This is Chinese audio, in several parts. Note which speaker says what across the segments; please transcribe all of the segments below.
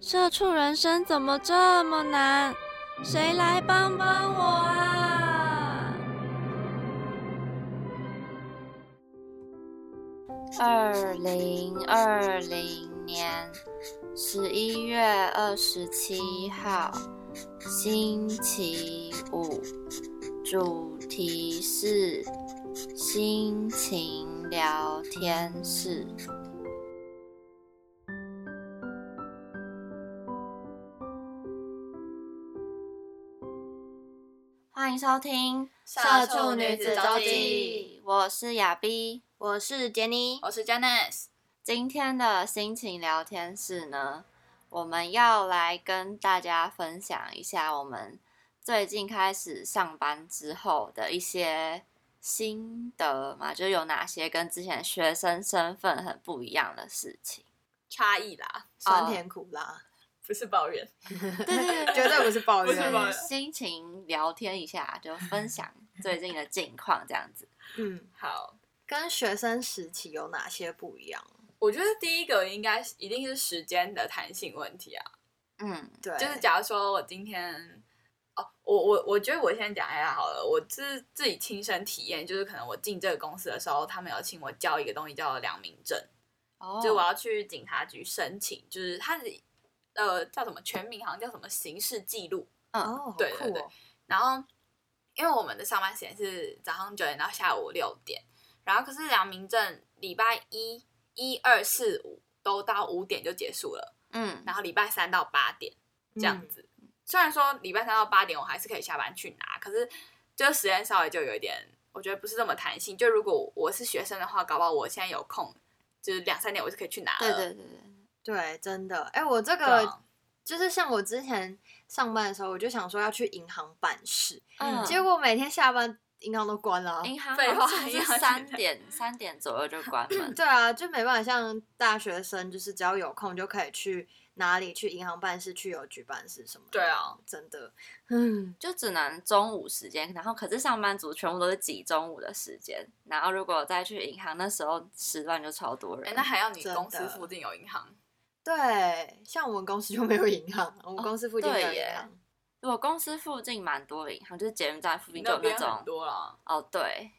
Speaker 1: 社畜人生怎么这么难？谁来帮帮我啊？二零二零年十一月二十七号，星期五，主题是心情聊天室。欢迎收听《
Speaker 2: 社畜女子周记》，
Speaker 1: 我是亚逼，我是杰尼，
Speaker 2: 我是 Janice。
Speaker 1: 今天的心情聊天室呢，我们要来跟大家分享一下我们最近开始上班之后的一些心得嘛，就是有哪些跟之前学生身份很不一样的事情。
Speaker 2: 差异啦，
Speaker 3: 酸甜苦辣，
Speaker 2: 不是抱怨。
Speaker 1: 哦对对 对，
Speaker 3: 绝对不是抱
Speaker 2: 不是抱
Speaker 3: 怨
Speaker 2: 怨。
Speaker 1: 嗯心情聊天一下，就分享最近的近况这样子。
Speaker 3: 嗯，
Speaker 2: 好，
Speaker 3: 跟学生时期有哪些不一样？
Speaker 2: 我觉得第一个应该是一定是时间的弹性问题啊，
Speaker 1: 嗯，
Speaker 3: 对，
Speaker 2: 就是假如说我今天。哦，我我我觉得我先讲一下好了，我是自己亲身体验，就是可能我进这个公司的时候，他们有请我交一个东西叫良民证，
Speaker 1: 哦
Speaker 2: 就我要去警察局申请，就是它是呃叫什么全名好像叫什么刑事记录，
Speaker 3: 哦，好
Speaker 2: 嗯对
Speaker 3: 酷
Speaker 2: 对对
Speaker 3: 哦，
Speaker 2: 然后因为我们的上班时间是早上九点到下午六点，然后可是良民证礼拜一、一二四五都到五点就结束了，
Speaker 1: 嗯
Speaker 2: 然后礼拜三到八点这样
Speaker 3: 嗯
Speaker 2: 子。虽然说礼拜三到八点我还是可以下班去拿，可是就是时间稍微就有一点，我觉得不是这么弹性。就如果我是学生的话，搞不好我现在有空，就是两三点我就可以去拿了。
Speaker 1: 对对对对，
Speaker 3: 对，真的。哎，我这
Speaker 2: 对啊，
Speaker 3: 个就是像我之前上班的时候，我就想说要去银行办事，
Speaker 1: 嗯，哎
Speaker 3: 结果每天下班银行都关了啊。。
Speaker 1: 银行
Speaker 2: 废
Speaker 1: 好
Speaker 2: 话
Speaker 1: 像
Speaker 2: 银
Speaker 1: 是
Speaker 2: 行
Speaker 1: 三
Speaker 2: 现在
Speaker 1: 点三点左右
Speaker 2: 嗯
Speaker 1: 就关门
Speaker 3: 对啊，就没办法像大学生，就是只要有空就可以去哪里去银行办事、去邮局办事什么的。
Speaker 2: 对啊，
Speaker 3: 真的，嗯，
Speaker 1: 就只能中午时间，然后可是上班族全部都是挤中午的时间，然后如果再去银行，那时候时段就超多
Speaker 2: 哎、
Speaker 1: 人。
Speaker 2: 那还要你
Speaker 3: 真的
Speaker 2: 公司附近有银行？
Speaker 3: 对，像我们公司就没有银行，啊我们
Speaker 1: 哦
Speaker 3: 公司附近没
Speaker 1: 对
Speaker 3: 有银
Speaker 1: 耶
Speaker 3: 行。
Speaker 1: 我公司附近蛮多银行，就是捷运站附近就有
Speaker 2: 那
Speaker 1: 那
Speaker 2: 边很
Speaker 1: 种
Speaker 2: 多了。
Speaker 1: 哦，对，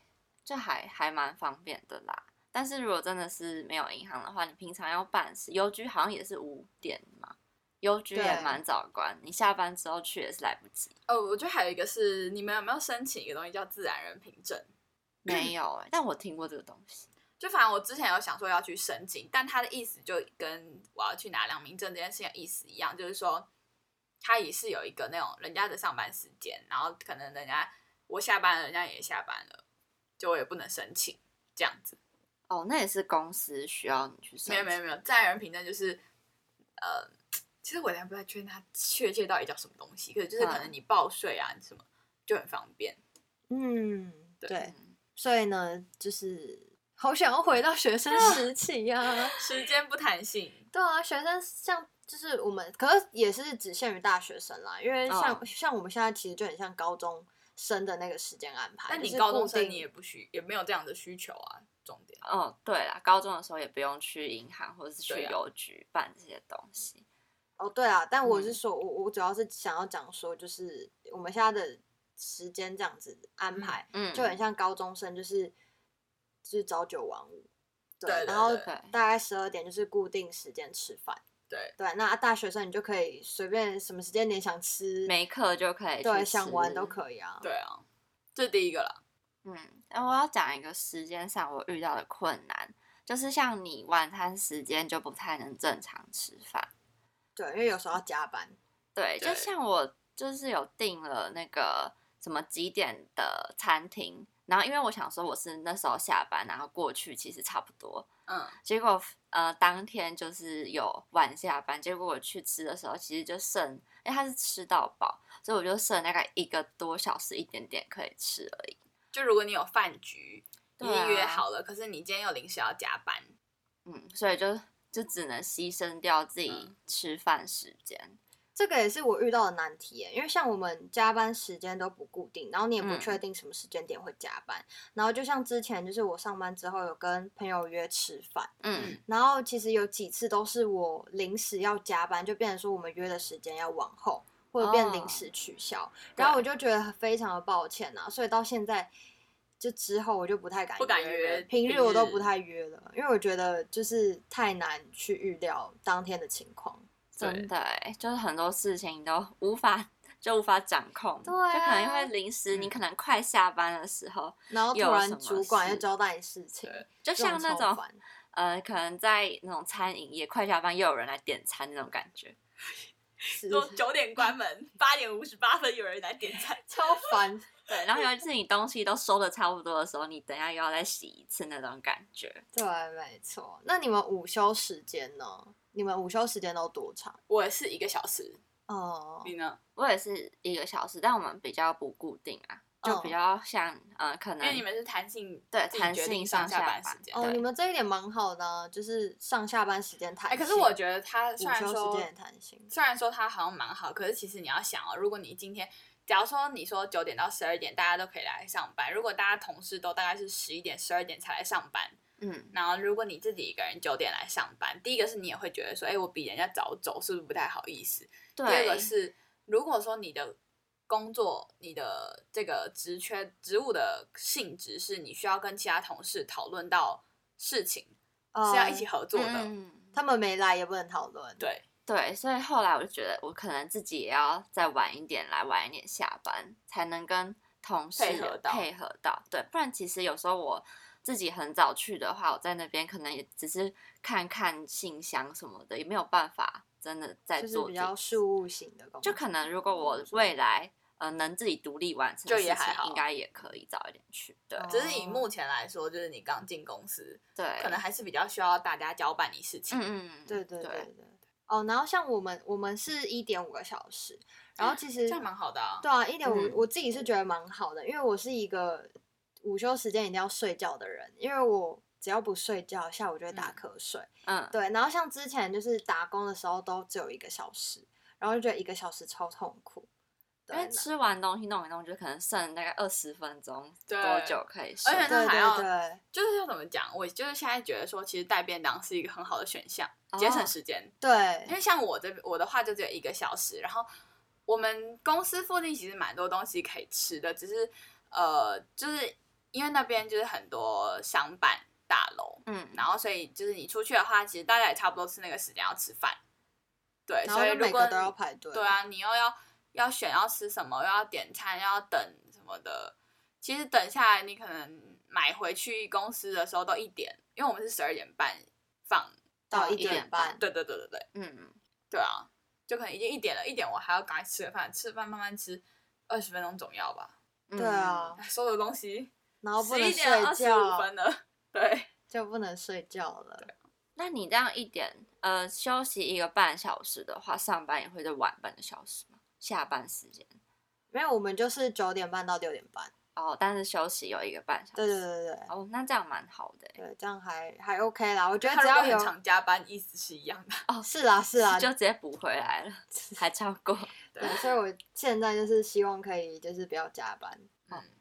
Speaker 1: 就还还蛮方便的啦。但是如果真的是没有银行的话，你平常要办事，邮局好像也是五点嘛，邮局也
Speaker 3: 对
Speaker 1: 蛮早关，你下班之后去也是来不及。
Speaker 2: 哦，我觉得还有一个是，你们有没有申请一个东西叫自然人凭证？
Speaker 1: 没有哎、但我听过这个东西。
Speaker 2: 就反正我之前有想说要去申请，但他的意思就跟我要去拿良民证这件事情的意思一样，就是说他也是有一个那种人家的上班时间，然后可能人家我下班了，人家也下班了，就我也不能申请这样子。
Speaker 1: 哦，那也是公司需要你去申请。
Speaker 2: 没有没有没有，自然人凭证就是呃，其实我也不太确定它确切到底叫什么东西，可是就是可能
Speaker 1: 嗯
Speaker 2: 你报税啊什么就很方便。
Speaker 3: 嗯，
Speaker 2: 对
Speaker 3: 对，
Speaker 1: 嗯
Speaker 3: 所以呢，就是好想要回到学生
Speaker 2: 啊
Speaker 3: 时期呀、
Speaker 2: 时间不弹性，
Speaker 3: 对啊，学生像就是我们，可是也是只限于大学生啦，因为像、
Speaker 1: 哦
Speaker 3: 像我们现在其实就很像高中生的那个时间安排。
Speaker 2: 但
Speaker 3: 啊就
Speaker 2: 你
Speaker 3: 是
Speaker 2: 高中
Speaker 3: 固
Speaker 2: 生
Speaker 3: 定
Speaker 2: 你也不需也没有这样的需求啊，重点。
Speaker 1: 哦，对啦，高中的时候也不用去银行或者是去
Speaker 2: 对啊
Speaker 1: 邮局办这些东西。
Speaker 3: 哦，对啊，但我
Speaker 1: 嗯
Speaker 3: 是说，我我主要是想要讲说，就是我们现在的时间这样子安排，
Speaker 1: 嗯，
Speaker 3: 就很像高中生，就是就是早九晚五，对，
Speaker 2: 对对
Speaker 3: 然后
Speaker 2: 对
Speaker 3: 大概十二点就是固定时间吃饭，
Speaker 2: 对
Speaker 3: 对。那大学生你就可以随便什么时间点想吃，
Speaker 1: 没课就可以去
Speaker 3: 对想玩
Speaker 1: 吃
Speaker 3: 都可以啊。
Speaker 2: 对啊，这第一个啦。
Speaker 1: 嗯，那我要讲一个时间上我遇到的困难，就是像你晚餐时间就不太能正常吃饭。
Speaker 3: 对，因为有时候要加班，
Speaker 1: 对，就
Speaker 2: 对
Speaker 1: 像我就是有订了那个什么几点的餐厅，然后因为我想说我是那时候下班，然后过去其实差不多，
Speaker 2: 嗯，
Speaker 1: 结果呃当天就是有晚下班，结果我去吃的时候，其实就剩，哎，它是吃到饱，所以我就剩大概一个多小时一点点可以吃而已。
Speaker 2: 就如果你有饭局，已
Speaker 1: 对啊
Speaker 2: 经约好了，可是你今天又临时要加班，
Speaker 1: 嗯，所以就就只能牺牲掉自
Speaker 3: 嗯
Speaker 1: 己吃饭时间。
Speaker 3: 这个也是我遇到的难题耶，因为像我们加班时间都不固定，然后你也不
Speaker 1: 嗯
Speaker 3: 确定什么时间点会加班。然后就像之前，就是我上班之后有跟朋友约吃饭，
Speaker 1: 嗯
Speaker 3: 然后其实有几次都是我临时要加班，就变成说我们约的时间要往后，或者变临时取消。
Speaker 1: 哦对
Speaker 3: 然后我就觉得非常的抱歉啊，所以到现在就之后我就不太敢
Speaker 2: 不敢
Speaker 3: 了
Speaker 2: 约
Speaker 3: 平
Speaker 2: 平
Speaker 3: 日我都
Speaker 2: 日
Speaker 3: 不太约了，因为我觉得就是太难去预料当天的情况。
Speaker 1: 真的欸，就是很多事情都无法就无法掌控，
Speaker 3: 对啊嗯
Speaker 1: 就可能因为临时，你可能快下班的时候，
Speaker 3: 然后突
Speaker 1: 有
Speaker 3: 然
Speaker 1: 什么
Speaker 3: 主管又
Speaker 1: 事
Speaker 3: 交代你事情，
Speaker 1: 就
Speaker 3: 这种
Speaker 1: 像那
Speaker 3: 超
Speaker 1: 种
Speaker 3: 烦
Speaker 1: 呃，可能在那种餐饮业快下班又有人来点餐那种感觉，
Speaker 3: 是
Speaker 2: 说九点关门，八点五十八分有人来点菜，
Speaker 3: 超烦。
Speaker 1: 对，然后尤其是你东西都收的差不多的时候，你等一下又要再洗一次那种感觉。
Speaker 3: 对，没错。那你们午休时间呢？你们午休时间都多长？
Speaker 2: 我是一个小时，
Speaker 3: 哦、
Speaker 2: 你呢？
Speaker 1: 我也是一个小时，但我们比较不固定啊，就
Speaker 3: 嗯
Speaker 1: 比较像、呃，可
Speaker 2: 哦因
Speaker 1: 能
Speaker 2: 为你们是弹性，
Speaker 1: 对
Speaker 2: 自己
Speaker 1: 弹
Speaker 2: 决定
Speaker 1: 性上
Speaker 2: 上
Speaker 1: 下
Speaker 2: 班
Speaker 1: 班
Speaker 2: 时间。
Speaker 3: 哦，
Speaker 1: 对
Speaker 3: 你们这一点蛮好的啊、就是上下班时间弹
Speaker 2: 哎，
Speaker 3: 性。
Speaker 2: 可是我觉得他虽
Speaker 3: 午
Speaker 2: 然
Speaker 3: 休时
Speaker 2: 说
Speaker 3: 间也弹性。
Speaker 2: 虽然说它好像蛮好，可是其实你要想哦，如果你今天，假如说你说九点到十二点大家都可以来上班，如果大家同事都大概是十一点、十二点才来上班，
Speaker 1: 嗯，
Speaker 2: 然后如果你自己一个人九点来上班，第一个是你也会觉得说，哎，我比人家早走，是不是不太好意思？
Speaker 1: 对，嗯
Speaker 2: 第二个是，如果说你的工作、你的这个职缺、职务的性质是你需要跟其他同事讨论到事情，是要一起
Speaker 3: 哦
Speaker 2: 合作的，
Speaker 1: 嗯
Speaker 3: 他们没来也不能讨论。，
Speaker 2: 对。
Speaker 1: 对，所以后来我就觉得，我可能自己也要再晚一点来，晚一点下班，才能跟同事
Speaker 2: 配合到
Speaker 1: 配合到。对，不然其实有时候我自己很早去的话，我在那边可能也只是看看信箱什么的，也没有办法真的在
Speaker 3: 就是
Speaker 1: 做
Speaker 3: 比
Speaker 1: 这
Speaker 3: 较
Speaker 1: 个
Speaker 3: 事务型的工作。
Speaker 1: 就可能如果我未来呃能自己独立完成
Speaker 2: 就
Speaker 1: 的
Speaker 2: 也
Speaker 1: 事
Speaker 2: 还
Speaker 1: 情，
Speaker 2: 好
Speaker 1: 应该也可以早一点去。对，
Speaker 3: 哦
Speaker 2: 只是以目前来说，就是你刚进公司，
Speaker 1: 对，
Speaker 2: 可能还是比较需要大家交办你事情。
Speaker 1: 嗯嗯，
Speaker 3: 对对对对
Speaker 1: 对，
Speaker 3: 对。哦，然后像我们，我们是一点五个小时，然后其实
Speaker 2: 这样蛮好的啊
Speaker 3: 对啊，一点
Speaker 1: 嗯
Speaker 3: 五我自己是觉得蛮好的，因为我是一个午休时间一定要睡觉的人，因为我只要不睡觉，下午就会打瞌睡。
Speaker 1: 嗯，
Speaker 3: 对，然后像之前就是打工的时候都只有一个小时，然后就觉得一个小时超痛苦。对
Speaker 1: 因为，吃完东西弄一弄，就可能剩大概二十分钟
Speaker 2: 对
Speaker 1: 多久可以睡
Speaker 2: 而。且
Speaker 3: 对
Speaker 2: 还
Speaker 3: 对
Speaker 2: 要
Speaker 3: 对
Speaker 2: 就是要怎么讲，我就是现在觉得说，其实带便当是一个很好的选项，
Speaker 1: 哦
Speaker 2: 节省时间。因
Speaker 3: 对，
Speaker 2: 为像我这我的话就只有一个小时，然后我们公司附近其实蛮多东西可以吃的，只是呃，就是因为那边就是很多商办大楼，
Speaker 1: 嗯，
Speaker 2: 然后所以就是你出去的话，其实大家也差不多是那个时间要吃饭。对，
Speaker 3: 然后
Speaker 2: 所以
Speaker 3: 就
Speaker 2: 如
Speaker 3: 每
Speaker 2: 果
Speaker 3: 个都要
Speaker 2: 你
Speaker 3: 排队。
Speaker 2: 对啊，你又要要选要吃什么，又要点餐，又要等什么的。其实等下来，你可能买回去公司的时候都一点，因为我们是十二点半放。
Speaker 3: 到
Speaker 1: 到
Speaker 3: 一
Speaker 1: 一点
Speaker 3: 点半，
Speaker 2: 对对对对对
Speaker 1: 嗯，
Speaker 2: 对啊，就可能已经一点了，一点我还要赶快吃个饭，吃饭慢慢吃，二十分钟总要吧。
Speaker 1: 对嗯
Speaker 3: 对，啊，
Speaker 2: 哎所有的东西
Speaker 3: 然后不
Speaker 2: 十
Speaker 3: 能
Speaker 2: 一点二
Speaker 3: 睡
Speaker 2: 十五
Speaker 3: 觉，
Speaker 2: 分了，对，
Speaker 3: 就不能睡觉了。
Speaker 1: 那你这样一点呃休息一个半小时的话，上班也会再晚半个小时吗？下班时间
Speaker 3: 没有，我们就是九点半到六点半。
Speaker 1: 哦，但是休息有一个半小时。
Speaker 3: 对对对对对
Speaker 1: 哦，那这样蛮好的欸。
Speaker 3: 对，这样还还 OK 啦。我觉得
Speaker 2: 他
Speaker 3: 只
Speaker 2: 如果
Speaker 3: 要有
Speaker 2: 很常加班，意思是一样的。
Speaker 1: 哦，
Speaker 3: 是啦是啊啦，
Speaker 1: 就直接补回来了，还超过。
Speaker 2: 对
Speaker 3: 对，所以我现在就是希望可以就是不要加班。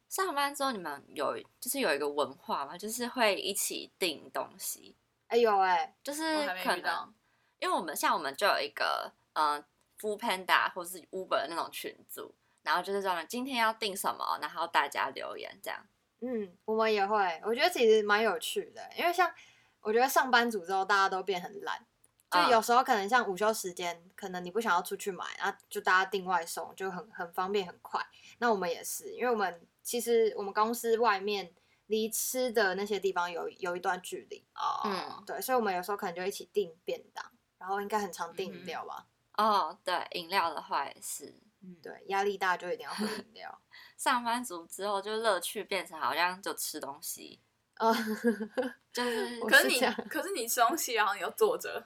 Speaker 1: 上班之后你们有就是有一个文化嘛，就是会一起订东西，
Speaker 3: 哎呦哎，
Speaker 1: 就是
Speaker 2: 我还没
Speaker 1: 可
Speaker 2: 遇到
Speaker 1: 能因为我们像我们就有一个嗯、呃、，Food Panda 或是 Uber 的那种群组，然后就是专门今天要订什么，然后大家留言这样。
Speaker 3: 嗯，我们也会，我觉得其实蛮有趣的，因为像我觉得上班族之后大家都变很懒，就
Speaker 1: 嗯
Speaker 3: 有时候可能像午休时间，可能你不想要出去买，然后就大家订外送，就很很方便很快。那我们也是，因为我们其实我们公司外面离吃的那些地方有有一段距离，
Speaker 2: 哦，
Speaker 1: 嗯
Speaker 3: 对，所以我们有时候可能就一起订便当，然后应该很常
Speaker 1: 嗯
Speaker 3: 订饮料吧。
Speaker 1: 哦，对，饮料的话也是，
Speaker 3: 嗯对，压力大就一定要喝饮料。
Speaker 1: 上班族之后就乐趣变成好像就吃东西，
Speaker 3: 呃，
Speaker 1: 就是
Speaker 3: 我
Speaker 2: 可是
Speaker 3: 是
Speaker 2: 你
Speaker 3: 这样，
Speaker 2: 可是你吃东西，然后你又坐着，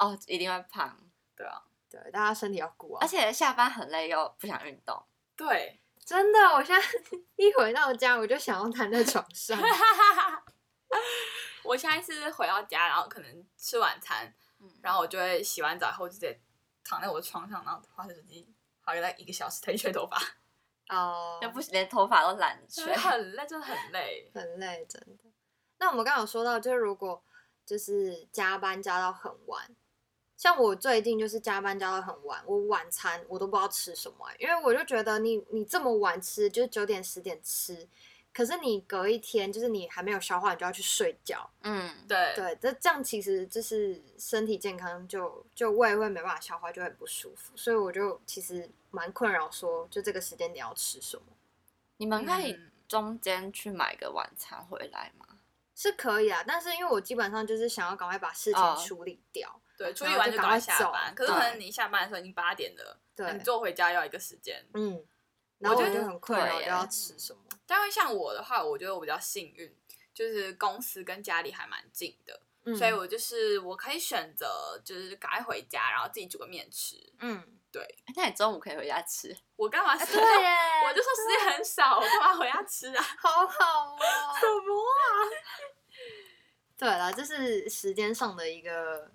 Speaker 1: 哦，一定会胖，
Speaker 2: 对啊，
Speaker 3: 对，大家身体要
Speaker 2: 哦
Speaker 3: 顾啊
Speaker 1: 而。且下班很累又不想运动，
Speaker 2: 对，
Speaker 3: 真的，我现在 一回到家，我就想要瘫在床上。
Speaker 2: 我现在是回到家，然后可能吃晚餐，
Speaker 1: 嗯，
Speaker 2: 然后我就会洗完澡以后就直接躺在我的床上，然后划手机，划个大概一个小时才吹头发，
Speaker 3: 哦，
Speaker 1: 就不连头发都懒得
Speaker 2: 就
Speaker 1: 吹
Speaker 2: 是。很 累，真的很累。
Speaker 3: 很累，真的。那我们刚刚有说到，就是如果就是加班加到很晚，像我最近就是加班加到很晚，我晚餐我都不知道吃什么欸、因为我就觉得你你这么晚吃，就是九点十点吃，可是你隔一天就是你还没有消化，你就要去睡觉，
Speaker 1: 嗯，
Speaker 2: 对，
Speaker 3: 对，这这样其实就是身体健康就就胃会没办法消化，就会很不舒服，所以我就其实蛮困扰说，就这个时间点要吃什么。
Speaker 1: 你们可以
Speaker 2: 嗯
Speaker 1: 中间去买个晚餐回来吗？
Speaker 3: 是可以啊，但是因为我基本上就是想要赶快把事
Speaker 1: 哦
Speaker 3: 情处理掉，
Speaker 2: 对，出去
Speaker 3: 然后
Speaker 2: 玩
Speaker 3: 就
Speaker 2: 赶
Speaker 3: 赶
Speaker 2: 快
Speaker 3: 快
Speaker 2: 下
Speaker 3: 走
Speaker 2: 班。可是可
Speaker 1: 对
Speaker 2: 能你下班的时候已经八点了，那
Speaker 3: 对
Speaker 2: 你，坐回家要一个时间。
Speaker 3: 嗯，然后
Speaker 2: 我
Speaker 3: 我
Speaker 2: 觉
Speaker 3: 就
Speaker 2: 得
Speaker 3: 很困扰，
Speaker 1: 对
Speaker 3: 就要吃什么，
Speaker 2: 但是像我的话，我觉得我比较幸运，就是公司跟家里还蛮近的，
Speaker 3: 嗯
Speaker 2: 所以我就是我可以选择就是赶快回家，然后自己煮个面吃。
Speaker 3: 嗯，
Speaker 1: 哎那你中午可以回家吃。
Speaker 2: 我干嘛吃？
Speaker 3: 耶，
Speaker 2: 我就说时间很少，我干嘛回家吃啊？
Speaker 3: 好好哦。
Speaker 2: 么？
Speaker 3: 对啦，这是时间上的一个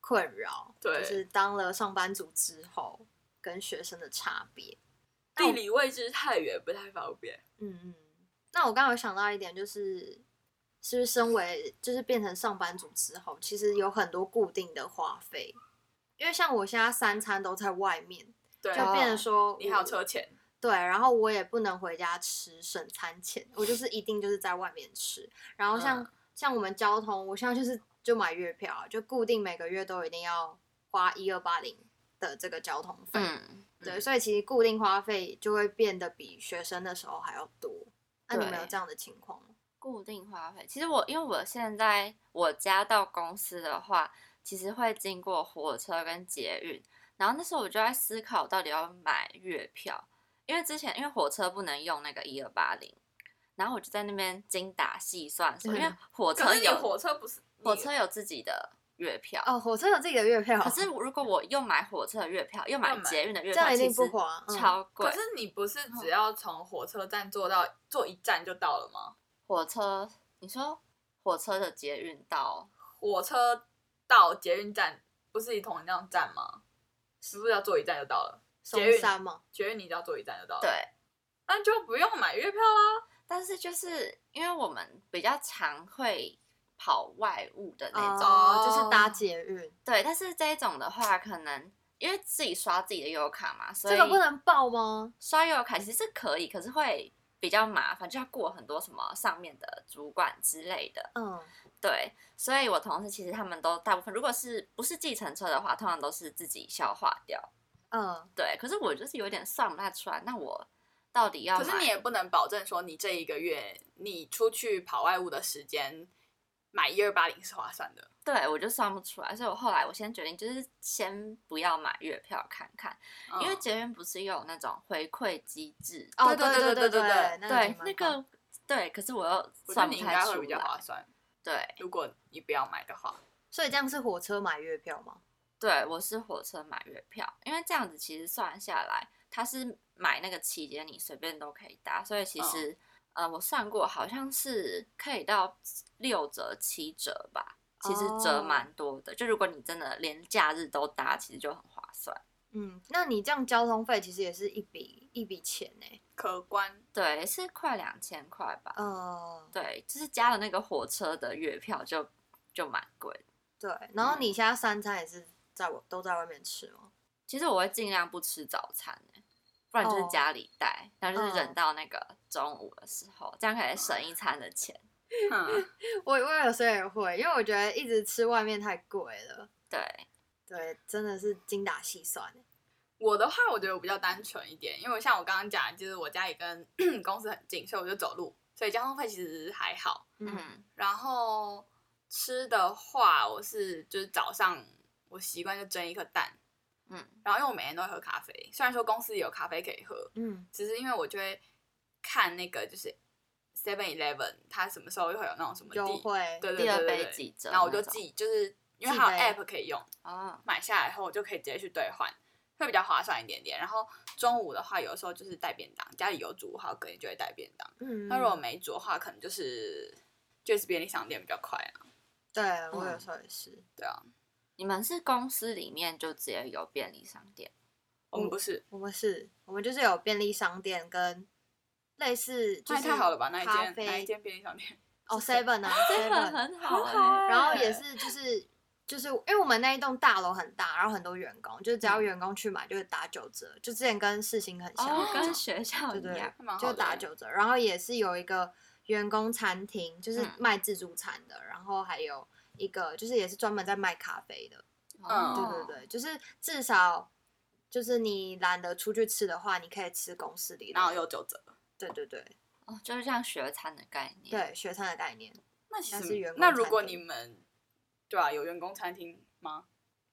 Speaker 3: 困扰，
Speaker 2: 对
Speaker 3: 就是当了上班族之后跟学生的差别，
Speaker 2: 地理位置太远，不太方便。
Speaker 3: 嗯嗯。那我刚刚有想到一点，就是是不是身为就是变成上班族之后，其实有很多固定的花费，因为像我现在三餐都在外面。
Speaker 2: 对，啊
Speaker 3: 就变成说
Speaker 2: 你还有
Speaker 3: 我
Speaker 2: 车钱，
Speaker 3: 对，然后我也不能回家吃省餐钱，我就是一定就是在外面吃。然后像、
Speaker 2: 嗯
Speaker 3: 像我们交通，我现在就是就买月票啊，就固定每个月都一定要花一二八零的这个交通费。
Speaker 1: 嗯，
Speaker 3: 对，
Speaker 2: 嗯
Speaker 3: 所以其实固定花费就会变得比学生的时候还要多。那你们有
Speaker 1: 对
Speaker 3: 这样的情况吗？
Speaker 1: 固定花费。其实我因为我现在我家到公司的话，其实会经过火车跟捷运，然后那时候我就在思考到底要买月票，因为之前因为火车不能用那个一二八零，然后我就在那边精打细算说，因为火
Speaker 2: 可
Speaker 1: 车
Speaker 2: 是你
Speaker 1: 有
Speaker 2: 火车不是
Speaker 1: 火
Speaker 2: 你
Speaker 1: 车有自己的月票。
Speaker 3: 哦，火车有自己的月票，
Speaker 1: 可是如果我又买火车的月票，又买
Speaker 2: 又买
Speaker 1: 捷运的月
Speaker 3: 这
Speaker 1: 票，
Speaker 3: 样一
Speaker 1: 其
Speaker 3: 定
Speaker 1: 实
Speaker 3: 不划。嗯、
Speaker 1: 超贵。
Speaker 2: 可是你不是只要从火车站坐到坐一站就到了吗？
Speaker 1: 火车，你说火车的捷运到
Speaker 2: 火车到捷运站不是同一辆站吗？是不是要坐一站就到了？捷
Speaker 3: 松
Speaker 2: 运
Speaker 3: 山嘛，
Speaker 2: 捷运你只要坐一站就到了。
Speaker 1: 对，，
Speaker 3: 哦
Speaker 2: 那就不用买月票啦。
Speaker 1: 但是就是因为我们比较常会跑外务的那种，
Speaker 3: 哦，就是搭
Speaker 2: 哦
Speaker 3: 捷运，
Speaker 1: 对，但是这一种的话，可能因为自己刷自己的悠游卡嘛，所以
Speaker 3: 这个不能报吗？
Speaker 1: 刷悠游卡其实是可以，可是会比较麻烦，就要过很多什么上面的主管之类的，
Speaker 3: 嗯，
Speaker 1: 对，所以我同事其实他们都大部分，如果是不是计程车的话，通常都是自己消化掉，
Speaker 3: 嗯，
Speaker 1: 对，可是我就是有点算不太出来，那我到底要
Speaker 2: 可是
Speaker 1: 买
Speaker 2: 你也不能保证说你这一个月你出去跑外务的时间买一二八零是划算的。
Speaker 1: 对，我就算不出来，所以我后来我先决定就是先不要买月票看看，因为
Speaker 2: 嗯
Speaker 1: 捷运不是有那种回馈机制，
Speaker 3: 哦，
Speaker 2: 对
Speaker 3: 对
Speaker 2: 对对
Speaker 3: 对对
Speaker 2: 对对
Speaker 3: 对，
Speaker 1: 对
Speaker 3: 挺
Speaker 1: 那
Speaker 3: 麻烦
Speaker 1: 个对，可是我又
Speaker 2: 我觉得
Speaker 1: 算
Speaker 2: 你
Speaker 1: 不
Speaker 2: 应
Speaker 1: 太
Speaker 2: 该
Speaker 1: 出
Speaker 2: 会比较划
Speaker 1: 来，
Speaker 2: 算。
Speaker 1: 对
Speaker 2: 如果你不要买的话，
Speaker 3: 所以这样是火车买月票吗？
Speaker 1: 对，我是火车买月票，因为这样子其实算下来，它是买那个期间你随便都可以搭，所以其
Speaker 2: 嗯
Speaker 1: 实、呃我算过好像是可以到六折七折吧，其实折
Speaker 3: 哦
Speaker 1: 蛮多的，就如果你真的连假日都搭，其实就很划算。
Speaker 3: 嗯，那你这样交通费其实也是一笔一笔钱呢、
Speaker 2: 可观。
Speaker 1: 对，是快两千块吧？
Speaker 3: 呃，
Speaker 1: 对，就是加了那个火车的月票就就蛮贵的。
Speaker 3: 对，然后你现在三餐也是在我都在外面吃吗？
Speaker 1: 其实我会尽量不吃早餐、欸，不然就是
Speaker 3: 哦
Speaker 1: 家里带，然后就是忍
Speaker 3: 嗯
Speaker 1: 到那个中午的时候，这样可以省一餐的钱。
Speaker 2: 嗯，
Speaker 3: 我我有时候也会，因为我觉得一直吃外面太贵了。
Speaker 1: 对，
Speaker 3: 对，真的是精打细算、欸。
Speaker 2: 我的话，我觉得我比较单纯一点，因为像我刚刚讲的，就是我家里跟 公司很近，所以我就走路，所以交通费其实还好。
Speaker 3: 嗯，
Speaker 1: 嗯，
Speaker 2: 然后吃的话，我是就是早上我习惯就蒸一颗蛋，
Speaker 1: 嗯，
Speaker 2: 然后因为我每天都会喝咖啡，虽然说公司有咖啡可以喝，
Speaker 3: 嗯
Speaker 2: 只是因为我就会看那个就是 Seven Eleven 它什么时候会有那种什么
Speaker 3: 优
Speaker 2: 地，
Speaker 3: 惠，
Speaker 2: 对对
Speaker 1: 第
Speaker 2: 对
Speaker 1: 二
Speaker 2: 对
Speaker 1: 杯
Speaker 2: 对
Speaker 1: 几折
Speaker 2: 然后我
Speaker 1: 那
Speaker 2: 就
Speaker 1: 种
Speaker 2: 自己就是因为它有
Speaker 3: 自
Speaker 2: App 可以用，
Speaker 1: 哦，
Speaker 2: 买下来后我就可以直接去兑换，会比较划算一点点。然后中午的话，有的时候就是带便当，家里有煮好，隔天就会带便当。
Speaker 3: 嗯，
Speaker 2: 那、如果没煮的话，可能就是就是便利商店比较快啊。
Speaker 3: 对我
Speaker 2: 嗯
Speaker 3: 有时候也是，
Speaker 2: 对啊，
Speaker 1: 你们是公司里面就直接有便利商店？
Speaker 2: 我
Speaker 3: 嗯
Speaker 2: 们不是，
Speaker 3: 我们是，我们就是有便利商店跟类似，就
Speaker 2: 那
Speaker 3: 是
Speaker 2: 也太好了吧？那一
Speaker 3: 咖
Speaker 2: 间那一
Speaker 3: 啡
Speaker 2: 间便利商店，
Speaker 3: 哦 Seven 啊
Speaker 1: 很
Speaker 3: Seven，
Speaker 1: 很好欸、
Speaker 3: 然后也是就是。就是因为我们那一栋大楼很大，然后很多员工，就是只
Speaker 2: 嗯
Speaker 3: 要员工去买就会打九折，就之前跟世新很像那
Speaker 1: 哦，
Speaker 3: 种，
Speaker 1: 跟学校
Speaker 3: 对
Speaker 1: 一
Speaker 3: 对
Speaker 1: 样，
Speaker 2: 还蛮好
Speaker 3: 就
Speaker 2: 的欸
Speaker 3: 打
Speaker 2: 耶
Speaker 3: 九折，然后也是有一个员工餐厅，就是
Speaker 1: 嗯
Speaker 3: 卖自助餐的，然后还有一个就是也是专门在卖咖啡的，
Speaker 1: 哦
Speaker 2: 嗯
Speaker 3: 对对对，就是至少就是你懒得出去吃的话，你可以吃公司里的，
Speaker 2: 然后有九折。
Speaker 3: 对对对
Speaker 1: 哦，就是像学餐的概念。，
Speaker 3: 对学餐的概念，
Speaker 2: 那其
Speaker 3: 那是员
Speaker 2: 实
Speaker 3: 工
Speaker 2: 那如果
Speaker 3: 餐
Speaker 2: 你
Speaker 3: 厅
Speaker 2: 们对吧、有员工餐厅吗？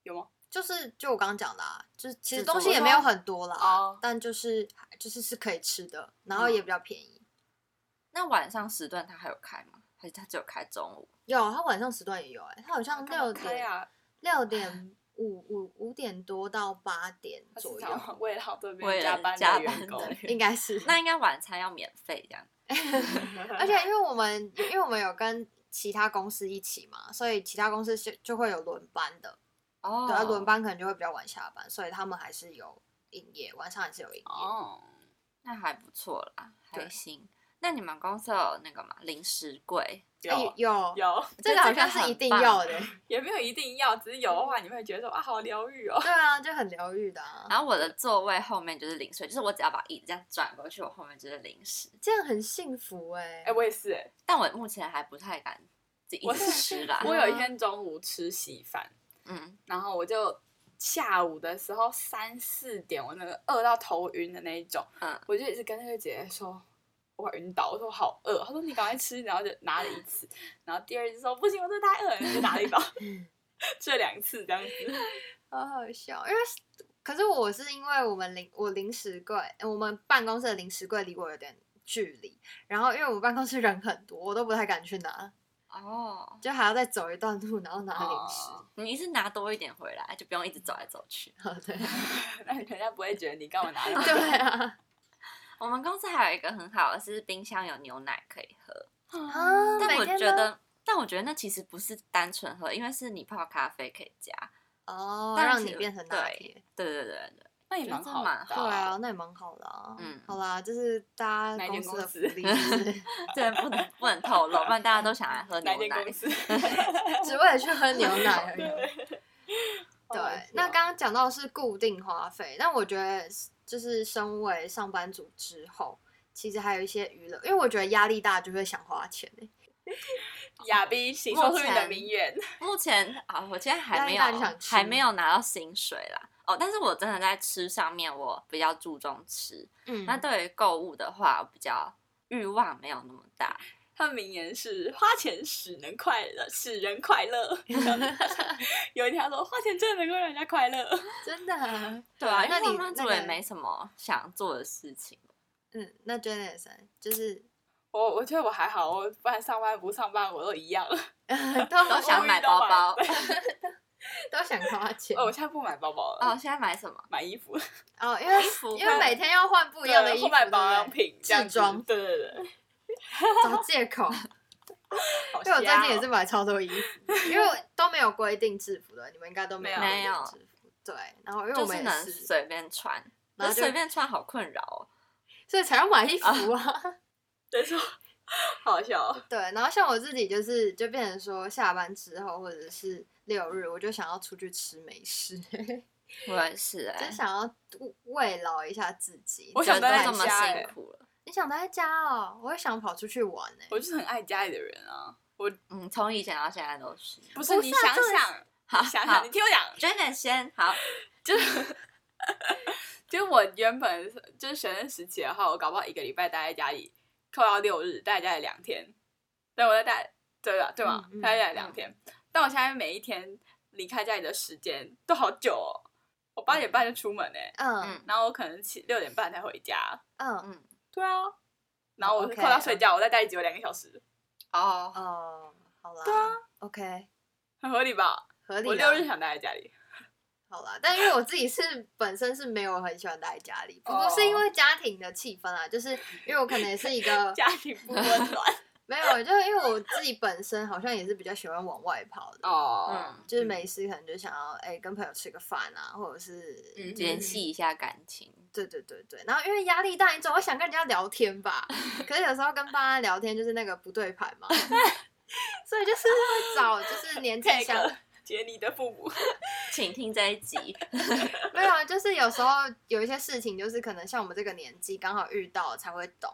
Speaker 2: 有吗？
Speaker 3: 就是就我刚刚讲的、啊，就是其实
Speaker 1: 自助
Speaker 3: 东西也没有很多啦，
Speaker 2: 哦嗯
Speaker 3: 但就是就是是可以吃的，然后也比较便宜。
Speaker 1: 那晚上时段它还有开吗？还是它只有开中午？
Speaker 3: 有，他晚上时段也有、欸，哎，他好像
Speaker 2: 干嘛
Speaker 3: 六
Speaker 2: 开
Speaker 3: 点
Speaker 2: 啊，
Speaker 3: 六点五五五点多到八点
Speaker 2: 他
Speaker 3: 左
Speaker 2: 是
Speaker 3: 右，
Speaker 2: 想为了这
Speaker 1: 为
Speaker 2: 边
Speaker 1: 了
Speaker 2: 加班
Speaker 1: 加
Speaker 2: 的
Speaker 1: 班
Speaker 2: 员工，
Speaker 1: 的
Speaker 3: 应该是。
Speaker 1: 那应该晚餐要免费这样。
Speaker 3: 而且因为我们因为我们有跟其他公司一起嘛，所以其他公司就就会有轮班的，
Speaker 1: 哦，
Speaker 3: 对，而啊轮班可能就会比较晚下班，所以他们还是有营业，晚上还是有营业。
Speaker 2: 哦，
Speaker 3: 哎
Speaker 1: 那还不错啦，还
Speaker 2: 对
Speaker 1: 行。那你们公司有那个嘛零食柜？
Speaker 2: 有啊
Speaker 3: 哎有
Speaker 2: 有，
Speaker 3: 这个好像是一定要 的，
Speaker 2: 也没有一定要，只是有的话，你会觉得说啊，好疗愈哦。
Speaker 3: 对啊，就很疗愈的、啊，
Speaker 1: 然后我的座位后面就是零食，就是我只要把椅子这样转过去，我后面就是零食。
Speaker 3: 这样很幸福哎、
Speaker 2: 哎、我也是、哎，
Speaker 1: 但我目前还不太敢自己一
Speaker 2: 我
Speaker 1: 直吃
Speaker 3: 啊
Speaker 1: 啦。
Speaker 2: 我有一天中午吃稀饭，
Speaker 1: 嗯，
Speaker 2: 然后我就下午的时候三四点，我那个饿到头晕的那一种，
Speaker 1: 嗯
Speaker 2: 我就一直跟那个姐姐说。我快晕倒，我说好饿，她说你赶快吃，然后就拿了一次，然后第二次说不行，我真的太饿了，然后就拿了一 包，吃了两次这样子。
Speaker 3: 好好笑，因为可是我是因为我们零我零食柜，呃我们办公室的零食柜离我有点距离，然后因为我们办公室人很多，我都不太敢去拿，
Speaker 1: 哦，
Speaker 3: 就还要再走一段路，然后拿零食。
Speaker 2: 哦
Speaker 1: 你是拿多一点回来，就不用一直走来走去。
Speaker 3: 哦， 对
Speaker 1: 啊
Speaker 2: 那人家不会觉得你干嘛拿了？
Speaker 3: 对啊，
Speaker 1: 我们公司还有一个很好的是冰箱有牛奶可以喝，
Speaker 3: 啊
Speaker 1: 但我
Speaker 3: 每天
Speaker 1: 觉
Speaker 3: 都
Speaker 1: 得，但我觉得那其实不是单纯喝，因为是你泡咖啡可以加。
Speaker 3: 哦，
Speaker 1: 但
Speaker 3: 让
Speaker 1: 是
Speaker 3: 你变成拿铁，
Speaker 1: 对对对对，
Speaker 2: 那也
Speaker 1: 觉得
Speaker 2: 蛮
Speaker 1: 这
Speaker 2: 好
Speaker 1: 蛮
Speaker 2: 的、
Speaker 3: 对啊，那也蛮好的啊。
Speaker 1: 嗯
Speaker 3: 好啦，就是大家
Speaker 2: 哪
Speaker 3: 公
Speaker 2: 间
Speaker 3: 司的
Speaker 2: 公
Speaker 3: 福
Speaker 2: 司
Speaker 3: 利， 就是
Speaker 1: 对，不能不能透露，不然大家都想来喝
Speaker 2: 哪
Speaker 1: 牛
Speaker 2: 间
Speaker 1: 奶
Speaker 2: 公。司？
Speaker 3: 只为了去喝牛奶而已。对
Speaker 2: 好哦好笑，
Speaker 3: 那刚刚讲到的是固定花费，但我觉得就是身为上班族之后，其实还有一些娱乐，因为我觉得压力大就会想花钱、欸、
Speaker 2: 亚斌，请
Speaker 1: 目
Speaker 2: 说出你的
Speaker 1: 前
Speaker 2: 名言。
Speaker 1: 目前啊，我现在还没
Speaker 3: 压力大就
Speaker 1: 有
Speaker 3: 想吃
Speaker 1: 还没有拿到薪水啦。哦，但是我真的在吃上面，我比较注重吃。
Speaker 3: 嗯
Speaker 1: 那对于购物的话，我比较欲望没有那么大。
Speaker 2: 他的名言是“花钱使人快乐，使人快 乐” 。有一天他说：“花钱真的能够让人家快乐。
Speaker 3: 真的、啊，
Speaker 1: 对啊，因
Speaker 3: 那
Speaker 1: 为
Speaker 3: 你
Speaker 1: 上班
Speaker 3: 那
Speaker 1: 族也
Speaker 3: 个
Speaker 1: 没什么想做的事情。
Speaker 3: 嗯，那 j e n n i s 就是
Speaker 2: 我”我觉得我还好，我不然上班不上班我都一 样。
Speaker 1: 都
Speaker 3: 都
Speaker 1: 想买包包
Speaker 3: 都想花钱
Speaker 2: 哦，我
Speaker 3: 哦
Speaker 2: 现在不买包包了，
Speaker 1: 哦，现在买什么？
Speaker 2: 买衣服，
Speaker 3: 因为
Speaker 1: 服
Speaker 3: 因为每天要换不 一样的
Speaker 2: 对
Speaker 3: 衣
Speaker 2: 我
Speaker 3: 服，
Speaker 2: 买保
Speaker 3: 对
Speaker 2: 养
Speaker 3: 不对
Speaker 2: 品、这样
Speaker 3: 置
Speaker 2: 子
Speaker 3: 装
Speaker 2: 对对 对。
Speaker 3: 找借口。
Speaker 2: 好
Speaker 3: 因为我最
Speaker 2: 瞎
Speaker 3: 近也
Speaker 2: 哦
Speaker 3: 是买超多衣 服，因为我都没有规定制服的，你们应该都没
Speaker 2: 没
Speaker 1: 有
Speaker 3: 有规定制服。对，然后因为我
Speaker 1: 就
Speaker 3: 们
Speaker 1: 是
Speaker 3: 也
Speaker 1: 能
Speaker 3: 是
Speaker 1: 随便穿，
Speaker 3: 然
Speaker 1: 那
Speaker 3: 后就
Speaker 1: 随便穿好困扰哦。
Speaker 3: 所以才要买衣服啊。
Speaker 2: 嗯对，说好 好笑哦。
Speaker 3: 对，然后像我自己就是就变成说，下班之后或者是六日，我就想要出去吃美食，就
Speaker 1: 我也是哎、
Speaker 3: 想要慰劳一下自己。
Speaker 2: 我想
Speaker 1: 都
Speaker 2: 待在
Speaker 1: 这么
Speaker 2: 家
Speaker 1: 辛
Speaker 2: 欸
Speaker 1: 苦了。
Speaker 3: 你想待在家哦，我会想跑出去玩欸呢、
Speaker 2: 我就是很爱家里的人啊，
Speaker 1: 嗯，从以前到现在都是。
Speaker 2: 不是你
Speaker 3: 是啊
Speaker 2: 想
Speaker 3: 就是
Speaker 2: 想，
Speaker 1: 好，
Speaker 2: 想
Speaker 1: 好
Speaker 2: 想，你听我讲，
Speaker 1: Janet 先好，
Speaker 2: 就是我原本是就是学生时期的话，我搞不好一个礼拜待在家里，扣到六日，待在家里两天。对，我在待，对吧？对吧？
Speaker 3: 嗯嗯
Speaker 2: 待在家里两天，但我现在每一天离开家里的时间都好久哦。我八点半就出门哎、
Speaker 3: 嗯
Speaker 1: 嗯
Speaker 2: 然后我可能七六点半才回家。
Speaker 3: 嗯
Speaker 1: 嗯，
Speaker 2: 对啊，然后我
Speaker 3: OK，
Speaker 2: 快到睡觉，我在家里只有两个小时，
Speaker 1: 哦，
Speaker 3: 哦，好啦，
Speaker 2: 对啊
Speaker 3: ，OK，
Speaker 2: 很合理吧？
Speaker 3: 合理
Speaker 2: 我
Speaker 3: 啦。
Speaker 2: 六日想待在家里，
Speaker 3: 好啦，但因为我自己是本身是没有很喜欢待在家里，不过
Speaker 2: 哦
Speaker 3: 是因为家庭的气氛啊，就是因为我可能也是一个
Speaker 2: 家庭不温 暖
Speaker 3: 没有，就是因为我自己本身好像也是比较喜欢往外跑的，
Speaker 2: 哦
Speaker 1: 嗯，
Speaker 3: 就是没事可能就想要哎、跟朋友吃个饭啊，或者是
Speaker 2: 嗯
Speaker 1: 联系一下感情，
Speaker 3: 对对对对，然后因为压力大，你总会想跟人家聊 天吧？可是有时候跟爸妈聊天就是那个不对盘嘛，所以就是会找就是年纪
Speaker 2: 这
Speaker 3: 相，
Speaker 2: 个杰尼的父母，
Speaker 1: 请听这一 集。
Speaker 3: 没有啊，就是有时候有一些事情就是可能像我们这个年纪刚好遇到才会懂。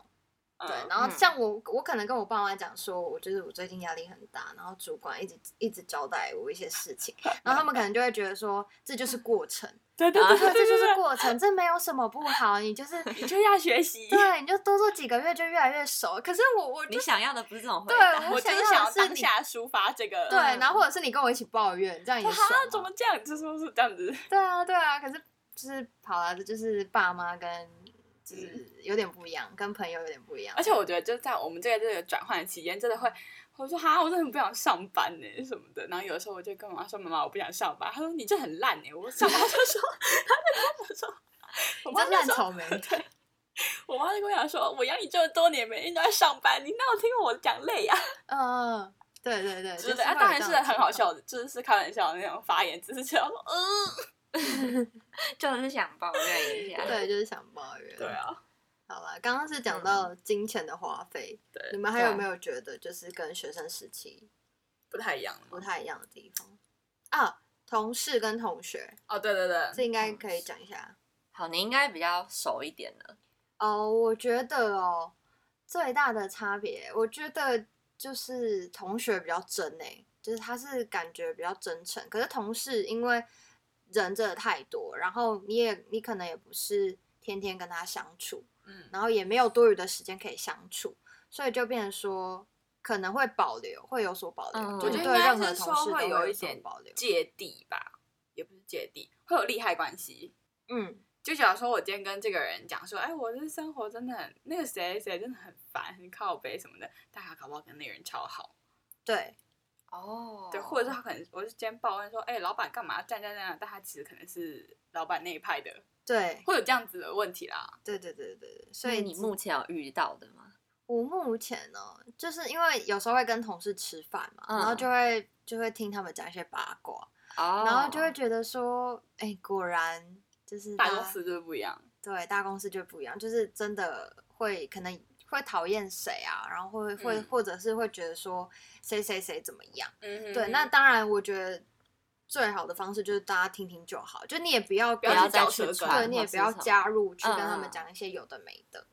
Speaker 3: 对，
Speaker 2: 嗯
Speaker 3: 然后
Speaker 1: 嗯
Speaker 3: 像我，我可能跟我爸妈讲说，我就是我最近压力很大，然后主管一直一直交代我一些事情， 然后他们可能就会觉得说，这就是过程，
Speaker 2: 对对对
Speaker 3: 对，
Speaker 2: 对
Speaker 3: 啊这
Speaker 2: 对
Speaker 3: 就是
Speaker 2: 对，
Speaker 3: 过程，这没有什么不好，你就是
Speaker 2: 你就要学习。
Speaker 3: 对，你就多做几个月就越来越熟。可是我，我
Speaker 1: 你
Speaker 3: 就
Speaker 1: 想要的不是这种回
Speaker 3: 对
Speaker 1: 答，
Speaker 2: 我
Speaker 3: 我
Speaker 2: 就
Speaker 3: 想
Speaker 2: 是
Speaker 3: 要
Speaker 2: 想
Speaker 3: 的
Speaker 2: 要
Speaker 3: 是
Speaker 2: 当
Speaker 3: 你
Speaker 2: 下抒发这个，
Speaker 3: 对，然后或者是你跟我一起抱怨，这样也
Speaker 2: 说
Speaker 3: 爽
Speaker 2: 哈
Speaker 3: 吗。
Speaker 2: 嗯啊怎么这样？这是不是这样子？
Speaker 3: 对啊，对啊，可是就是好啦，这就是爸妈跟就是有点不一样，跟朋友有点不一样。
Speaker 2: 嗯而且我觉得就在我们这个这个转换的期间，真的会，我说哈，我真的很不想上班呢、什么的。然后有的时候我就跟我妈说：“妈妈，我不想上班。”她说：“你这很烂呢、我上班就说，她就跟我说，我
Speaker 3: 你
Speaker 2: 妈
Speaker 3: 真
Speaker 2: 就
Speaker 3: 烂
Speaker 2: 说，
Speaker 3: 草莓，
Speaker 2: 我妈就跟我讲说：“我养你这么多年，每天都在上班，你哪有听我讲累啊
Speaker 3: 嗯，对对？”对，
Speaker 2: 之
Speaker 3: 就
Speaker 2: 类的。
Speaker 3: 会
Speaker 2: 啊，
Speaker 3: 有
Speaker 2: 当然
Speaker 3: 这
Speaker 2: 是
Speaker 3: 种
Speaker 2: 很
Speaker 3: 情
Speaker 2: 好
Speaker 3: 况。
Speaker 2: 笑的，就是是开玩笑的那种发言，只是觉得说，嗯，
Speaker 1: 就是想抱怨一下。，
Speaker 3: 对，就是想抱怨。
Speaker 2: 对，啊，嗯
Speaker 3: 好啦，刚刚是讲到金钱的花费，
Speaker 2: 对啊
Speaker 3: 你们还有
Speaker 1: 对
Speaker 3: 没有觉得就是跟学生时期
Speaker 2: 不太一样
Speaker 3: 不太一样的地方啊？同事跟同学，
Speaker 2: 哦，对对对，
Speaker 3: 这应该可以讲一下。
Speaker 1: 好，你应该比较熟一点了。
Speaker 3: 哦，我觉得哦，最大的差别，我觉得就是同学比较真诶、就是他是感觉比较真诚，可是同事因为人真的太多，然后你也你可能也不是天天跟他相处，
Speaker 2: 嗯，
Speaker 3: 然后也没有多余的时间可以相处，所以就变成说可能会保留，会有所保留，
Speaker 1: 嗯
Speaker 2: 我
Speaker 3: 就
Speaker 1: 我觉
Speaker 2: 觉得
Speaker 1: 得
Speaker 3: 对任何同事都
Speaker 2: 会
Speaker 3: 有
Speaker 2: 一
Speaker 3: 所
Speaker 2: 点
Speaker 3: 保留。
Speaker 2: 芥蒂吧，也不是芥蒂，会有利害关系。
Speaker 3: 嗯，
Speaker 2: 就假如说我今天跟这个人讲说，哎，我这生活真的很那个谁谁真的很烦，很靠背什么的，但他搞不好跟那个人超好，
Speaker 3: 对，
Speaker 1: 哦
Speaker 2: 对，或者是他可能我就今天抱怨说，哎，老板干嘛站站站站，但他其实可能是老板那一派的，
Speaker 3: 对，
Speaker 2: 会有这样子的问题啦。
Speaker 3: 对，对，对，对，对，所
Speaker 1: 所
Speaker 3: 以
Speaker 1: 以你目前有遇到的吗？
Speaker 3: 我目前呢，就是因为有时候会跟同事吃饭嘛，
Speaker 1: 嗯
Speaker 3: 然后就会就会听他们讲一些八卦，
Speaker 1: 哦，
Speaker 3: 然后就会觉得说，哎、果然就是啊
Speaker 2: 大公司就是不一样，
Speaker 3: 对大公司就不一样，就是真的会可能会讨厌谁啊，然后会会、
Speaker 2: 嗯
Speaker 3: 或者是会觉得说谁谁谁怎么样。
Speaker 2: 嗯
Speaker 3: 对，那当然，我觉得最好的方式就是大家听听就好，就你也不要
Speaker 2: 不
Speaker 1: 不要
Speaker 2: 去
Speaker 1: 再
Speaker 2: 嚼
Speaker 1: 去
Speaker 2: 舌根
Speaker 1: 传，
Speaker 3: 对你也
Speaker 1: 或
Speaker 3: 不
Speaker 1: 是
Speaker 3: 要
Speaker 1: 什么
Speaker 3: 加入去跟
Speaker 1: 嗯
Speaker 3: 他们
Speaker 1: 嗯
Speaker 3: 讲一些有的没的。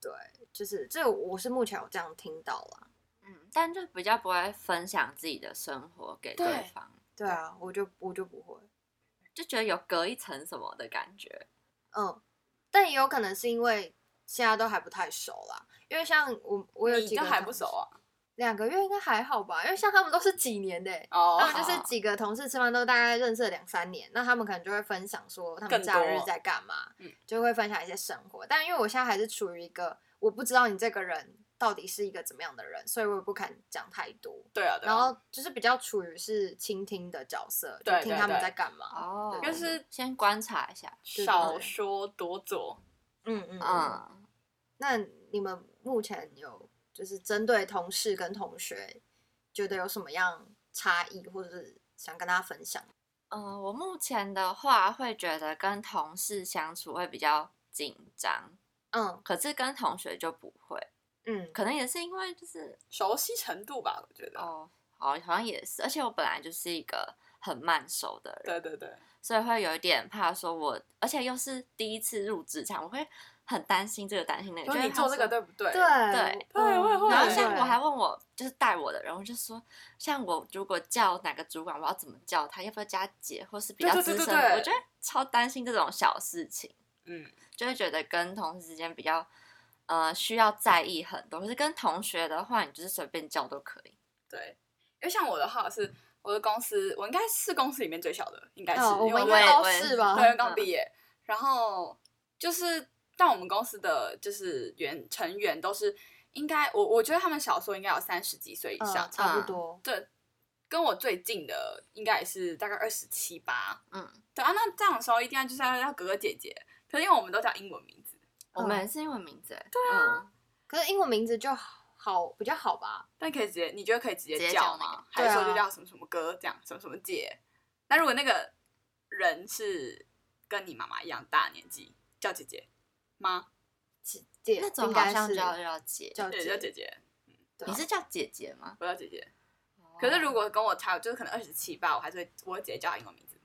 Speaker 3: 对，就是这我是目前有这样听到啦。
Speaker 1: 嗯，但就比较不会分享自己的生活给
Speaker 2: 对
Speaker 1: 对方，
Speaker 3: 对啊，我就我就不会，
Speaker 1: 就觉得有隔一层什么的感觉。
Speaker 3: 嗯，但也有可能是因为现在都还不太熟啦，因为像我我有
Speaker 2: 你
Speaker 3: 几个
Speaker 2: 就还
Speaker 3: 同
Speaker 2: 不
Speaker 3: 事
Speaker 2: 熟，啊？
Speaker 3: 两个月应该还好吧，因为像他们都是几年的、欸。
Speaker 2: 哦，
Speaker 3: 他们就
Speaker 2: 好
Speaker 3: 是几个同事吃饭都大概认识了两三年，那他们可能就会分享说他们
Speaker 2: 更
Speaker 3: 假日
Speaker 2: 多
Speaker 3: 在干嘛
Speaker 2: 嗯，
Speaker 3: 就会分享一些生活。但因为我现在还是处于一个我不知道你这个人到底是一个怎么样的人，所以我也不敢讲太多。
Speaker 2: 对啊，对啊
Speaker 3: 然后就是比较处于是倾听的角色，就
Speaker 2: 对
Speaker 3: 听
Speaker 2: 对
Speaker 3: 他们
Speaker 2: 对
Speaker 3: 在干嘛。
Speaker 1: 哦
Speaker 2: 但是
Speaker 1: 先观察一下。
Speaker 3: 对
Speaker 2: 少说多做。
Speaker 3: 嗯嗯嗯。
Speaker 1: 嗯，
Speaker 3: 那你们目前有就是针对同事跟同学，觉得有什么样差异，或者是想跟大家分享？
Speaker 1: 呃，我目前的话会觉得跟同事相处会比较紧张，
Speaker 3: 嗯
Speaker 1: 可是跟同学就不会，
Speaker 3: 嗯
Speaker 1: 可能也是因为就是
Speaker 2: 熟悉程度吧，我觉得。
Speaker 1: 哦，好，好像也是，而且我本来就是一个很慢熟的人，
Speaker 2: 对对对，
Speaker 1: 所以会有一点怕说我，而且又是第一次入职场，我会很担心这个担心那个，
Speaker 2: 就
Speaker 1: 就是是
Speaker 2: 你做这个
Speaker 1: 对。
Speaker 2: 对不对？
Speaker 3: 对嗯
Speaker 1: 对
Speaker 2: 对我也会
Speaker 1: 然后
Speaker 2: 对
Speaker 1: 像我还问我就是带我的人，我就说，像我如果叫哪个主管，我要怎么叫他？要不要加姐，或是比较
Speaker 2: 对对
Speaker 1: 资
Speaker 2: 对
Speaker 1: 深
Speaker 2: 对
Speaker 1: 的？
Speaker 2: 对
Speaker 1: 我觉得超担心这种小事情，
Speaker 2: 嗯，
Speaker 1: 就会觉得跟同事之间比较呃需要在意很多。可是跟同学的话，你就是随便叫都可以。
Speaker 2: 对，因为像我的话是我的公司，我应该是公司里面最小的，应该是、
Speaker 3: 哦，我
Speaker 2: 因为
Speaker 3: 们
Speaker 2: 我
Speaker 3: 应
Speaker 1: 也
Speaker 3: 该
Speaker 1: 我
Speaker 3: 都
Speaker 1: 也
Speaker 3: 是
Speaker 1: 是
Speaker 3: 吧？
Speaker 2: 对刚毕业，然后就是但我们公司的就是员成员都是应该，我我觉得他们小时候应该有三十几岁以上
Speaker 3: 嗯，，差不多。
Speaker 2: 对，跟我最近的应该也是大概二十七八，
Speaker 1: 嗯，
Speaker 2: 对啊，那这样的时候一定要就是要要哥哥姐姐，可是因为我们都叫英文名字，
Speaker 1: 我们也是英文名字欸，对啊，
Speaker 3: 可是英文名字就好比较好吧？
Speaker 2: 但可以直接，你觉得可以直
Speaker 1: 直
Speaker 2: 接
Speaker 1: 接
Speaker 2: 叫
Speaker 1: 叫那
Speaker 2: 吗？
Speaker 1: 个
Speaker 2: 还是说就
Speaker 3: 对啊
Speaker 2: 叫什么什么哥这样，什么什么姐？那如果那个人是跟你妈妈一样大年纪，叫姐姐吗？
Speaker 3: 姐
Speaker 1: 那种
Speaker 3: 应
Speaker 1: 好
Speaker 3: 该
Speaker 1: 像
Speaker 3: 是
Speaker 1: 叫叫姐，
Speaker 3: 叫
Speaker 2: 对，叫姐姐，
Speaker 3: 对
Speaker 1: 你是叫姐姐吗？
Speaker 2: 我叫姐姐。可
Speaker 1: 哦
Speaker 2: 是如果跟我差，就是可能二十七八，我还是会我会直接叫她英文名字，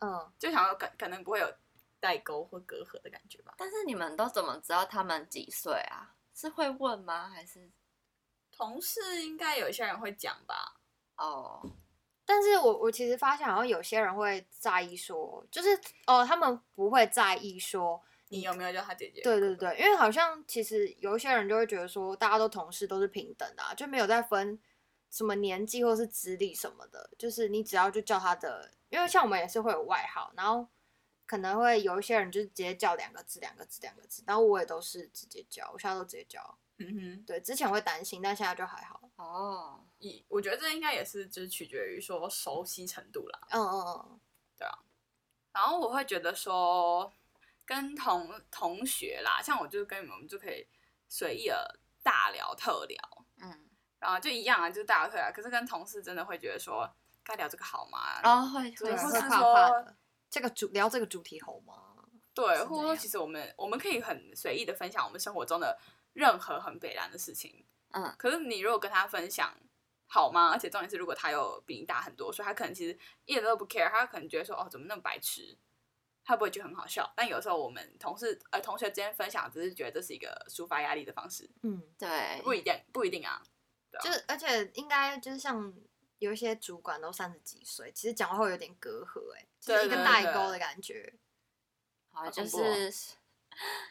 Speaker 3: 嗯，
Speaker 2: 就想要可可能不会有代沟或隔阂的感觉吧。
Speaker 1: 但是你们都怎么知道他们几岁啊？是会问吗？还是
Speaker 2: 同事应该有些人会讲吧，
Speaker 1: 哦？
Speaker 3: 但是我我其实发现好像有些人会在意说，就是哦，他们不会在意说，
Speaker 2: 你有没有叫她姐姐？
Speaker 3: 嗯对对对，因为好像其实有一些人就会觉得说，大家都同事都是平等的、啊，就没有再分什么年纪或是资历什么的，就是你只要就叫他的，因为像我们也是会有外号，然后可能会有一些人就是直接叫两个字、两个字、两个字，然后我也都是直接叫，我现在都直接叫。
Speaker 2: 嗯哼，
Speaker 3: 对，之前会担心，但现在就还好。
Speaker 1: 哦，
Speaker 2: 以我觉得这应该也是就是取决于说熟悉程度啦。
Speaker 3: 嗯嗯嗯，
Speaker 2: 然后我会觉得说，跟同同学啦，像我就跟你们我们就可以随意的大聊特聊，
Speaker 1: 嗯，
Speaker 2: 然后就一样啊，就是大聊特聊。可是跟同事真的会觉得说，该聊这个好吗？
Speaker 1: 然后哦会
Speaker 2: 对
Speaker 1: 会
Speaker 3: 对，
Speaker 2: 或
Speaker 3: 会
Speaker 2: 是
Speaker 3: 怕怕
Speaker 2: 说
Speaker 3: 的。这个主聊这个主题好吗？
Speaker 2: 对，
Speaker 3: 是
Speaker 2: 或者
Speaker 3: 这
Speaker 2: 说
Speaker 3: 样
Speaker 2: 其实我们我们可以很随意的分享我们生活中的任何很北然的事情。
Speaker 1: 嗯
Speaker 2: 可是你如果跟他分享好吗？而且重点是，如果他有比你大很多，所以他可能其实一点都不 care，他可能觉得说哦，怎么那么白痴，他不会觉得很好笑。但有时候我们同事呃同学之间分享，只是觉得这是一个抒发压力的方式，
Speaker 3: 嗯，
Speaker 1: 对，
Speaker 2: 不一定不一定啊。
Speaker 3: 就是而且应该就是像有一些主管都三十几岁，其实讲话会有点隔阂、欸，哎，就是
Speaker 2: 对
Speaker 3: 一个
Speaker 2: 对
Speaker 3: 代
Speaker 2: 对
Speaker 3: 沟的感觉。
Speaker 1: 好，
Speaker 2: 好
Speaker 1: 就
Speaker 2: 恐怖哦
Speaker 1: 是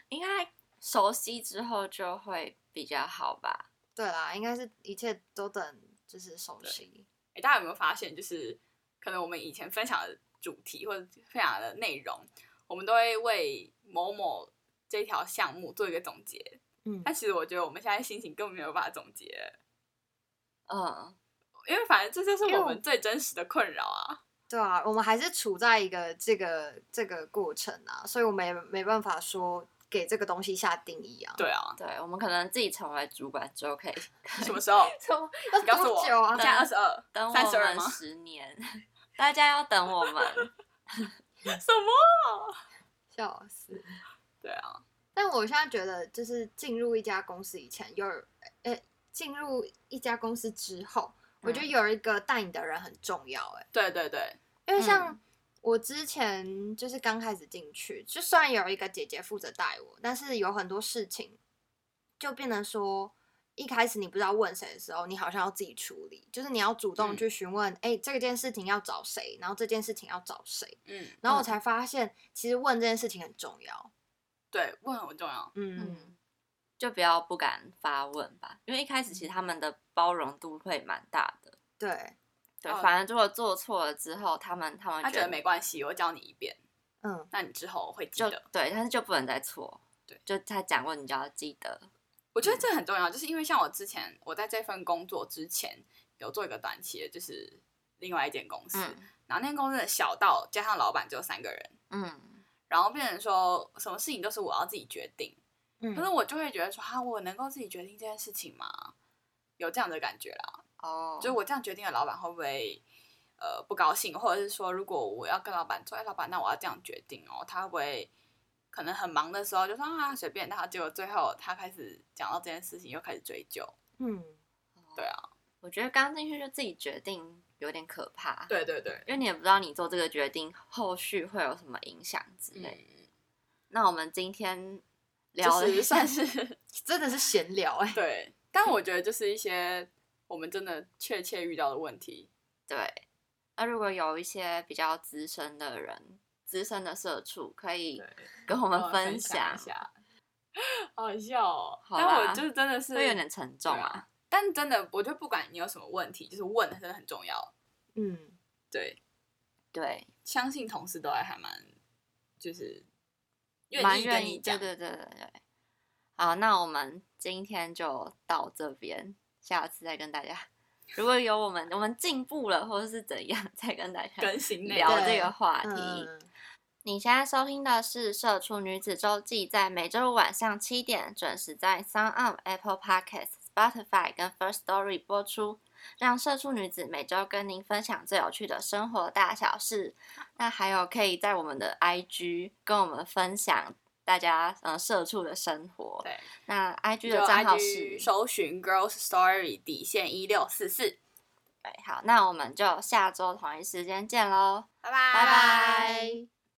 Speaker 1: 应该熟悉之后就会比较好吧。
Speaker 3: 对啦，应该是一切都等就是熟
Speaker 2: 对
Speaker 3: 悉。
Speaker 2: 诶，大家有没有发现，就是可能我们以前分享的主题或者分享的内容，我们都会为某某这条项目做一个总结。
Speaker 3: 嗯，
Speaker 2: 但其实我觉得我们现在心情根本没有办法总结，
Speaker 1: 嗯，
Speaker 2: 因为反正这就是
Speaker 3: 因为
Speaker 2: 我
Speaker 3: 我
Speaker 2: 们最真实的困扰啊。
Speaker 3: 对啊，我们还是处在一个这个这个过程啊，所以我们也没办法说给这个东西下定义啊。
Speaker 2: 对啊，
Speaker 1: 对，我们可能自己成为主管之后 可以
Speaker 2: 什么时 候？
Speaker 3: 就
Speaker 2: 你告诉我，
Speaker 3: 多久啊
Speaker 2: 现在二十二
Speaker 1: 等、我
Speaker 2: 三十二吗
Speaker 1: 们？十年，大家要等我 们。
Speaker 2: 什么？
Speaker 3: 笑死！
Speaker 2: 对啊，
Speaker 3: 但我现在觉得，就是进入一家公司以前，有呃，进入一家公司之后，我觉得
Speaker 1: 嗯
Speaker 3: 有一个带你的人很重要、欸，
Speaker 2: 对对对，
Speaker 3: 因为像
Speaker 1: 嗯
Speaker 3: 我之前就是刚开始进去，就虽然有一个姐姐负责带我，但是有很多事情就变成说，一开始你不知道问谁的时候，你好像要自己处理，就是你要主动
Speaker 2: 嗯
Speaker 3: 去询问，哎、这件事情要找谁，然后这件事情要找谁，
Speaker 2: 嗯，
Speaker 3: 然后我才发现，其实问这件事情很重要。
Speaker 2: 对，问很重要。
Speaker 3: 嗯，
Speaker 1: 嗯，就不要不敢发问吧，因为一开始其
Speaker 2: 嗯
Speaker 1: 实他们的包容度会蛮大的。
Speaker 3: 对，
Speaker 1: 对，
Speaker 2: 哦
Speaker 1: 反而如果做错了之后，他们他们
Speaker 2: 他觉得
Speaker 1: 没
Speaker 2: 没关系，我教你一遍，
Speaker 3: 嗯，
Speaker 2: 那你之后会记
Speaker 1: 就
Speaker 2: 得。
Speaker 1: 对，但是就不能再错。
Speaker 2: 对，
Speaker 1: 就他讲过，你就要记得。嗯
Speaker 2: 我觉得这很重要，就是因为像我之前，我在这份工作之前有做一个短期的，就是另外一间公司，
Speaker 1: 嗯
Speaker 2: 然后那间公司的小到加上老板只有三个人，
Speaker 1: 嗯，
Speaker 2: 然后变成说什么事情都是我要自己决定，
Speaker 3: 嗯
Speaker 2: 可是我就会觉得说，哈、我能够自己决定这件事情吗？有这样的感觉啦，
Speaker 1: 哦，
Speaker 2: 就是我这样决定了，老板会不会呃不高兴，或者是说，如果我要跟老板说，哎，老板，那我要这样决定哦，他会不会可能很忙的时候就说啊随便他，结果最后他开始讲到这件事情，又开始追究。
Speaker 3: 嗯，
Speaker 2: 对啊，
Speaker 1: 我觉得刚进去就自己决定有点可怕。，
Speaker 2: 对对对，
Speaker 1: 因为你也不知道你做这个决定后续会有什么影响之类。
Speaker 2: 嗯，
Speaker 1: 那我们今天聊
Speaker 2: 就
Speaker 1: 了一
Speaker 2: 是
Speaker 1: 下，
Speaker 2: 算是
Speaker 3: 真的是闲聊哎、
Speaker 2: 对，但我觉得就是一些我们真的确切遇到的问题，
Speaker 1: 对。那如果有一些比较资深的人、资深的社畜，可以
Speaker 2: 对
Speaker 1: 跟我
Speaker 2: 我
Speaker 1: 们
Speaker 2: 分
Speaker 1: 享
Speaker 2: 一，下， 好好笑哦。
Speaker 1: 好
Speaker 2: 但
Speaker 1: 啦
Speaker 2: 我就是真的是
Speaker 1: 会有点沉重
Speaker 2: 对啊
Speaker 1: 啊。
Speaker 2: 但真的，我觉得不管你有什么问题，就是问真的很重要。
Speaker 3: 嗯，
Speaker 2: 对，
Speaker 1: 对，
Speaker 2: 相信同事都还还蛮，就是愿
Speaker 1: 蛮
Speaker 2: 意跟
Speaker 1: 愿
Speaker 2: 你
Speaker 1: 意，
Speaker 2: 讲
Speaker 1: 对。对对对对。好，那我们今天就到这边，下次再跟大家， 如果有我们我们进步了或者是怎样，再跟大家
Speaker 2: 更新内容
Speaker 1: 聊这个话题。
Speaker 3: 嗯，
Speaker 1: 嗯你现在收听的是《社畜女子周记》，在每周五晚上七点准时在 Sound On、Apple Podcasts、Spotify 跟 First Story 播出，让社畜女子每周跟您分享最有趣的生活大小事。那还有可以在我们的 IG 跟我们分享大家呃社畜的生活。
Speaker 2: 对，
Speaker 1: 那 IG
Speaker 2: 就
Speaker 1: 的账号
Speaker 2: IG
Speaker 1: 是
Speaker 2: 搜寻 Girls Story 底线一六四四，
Speaker 1: 对，好，那我们就下周同一时间见喽，
Speaker 2: 拜
Speaker 1: 拜
Speaker 2: 拜
Speaker 1: 拜。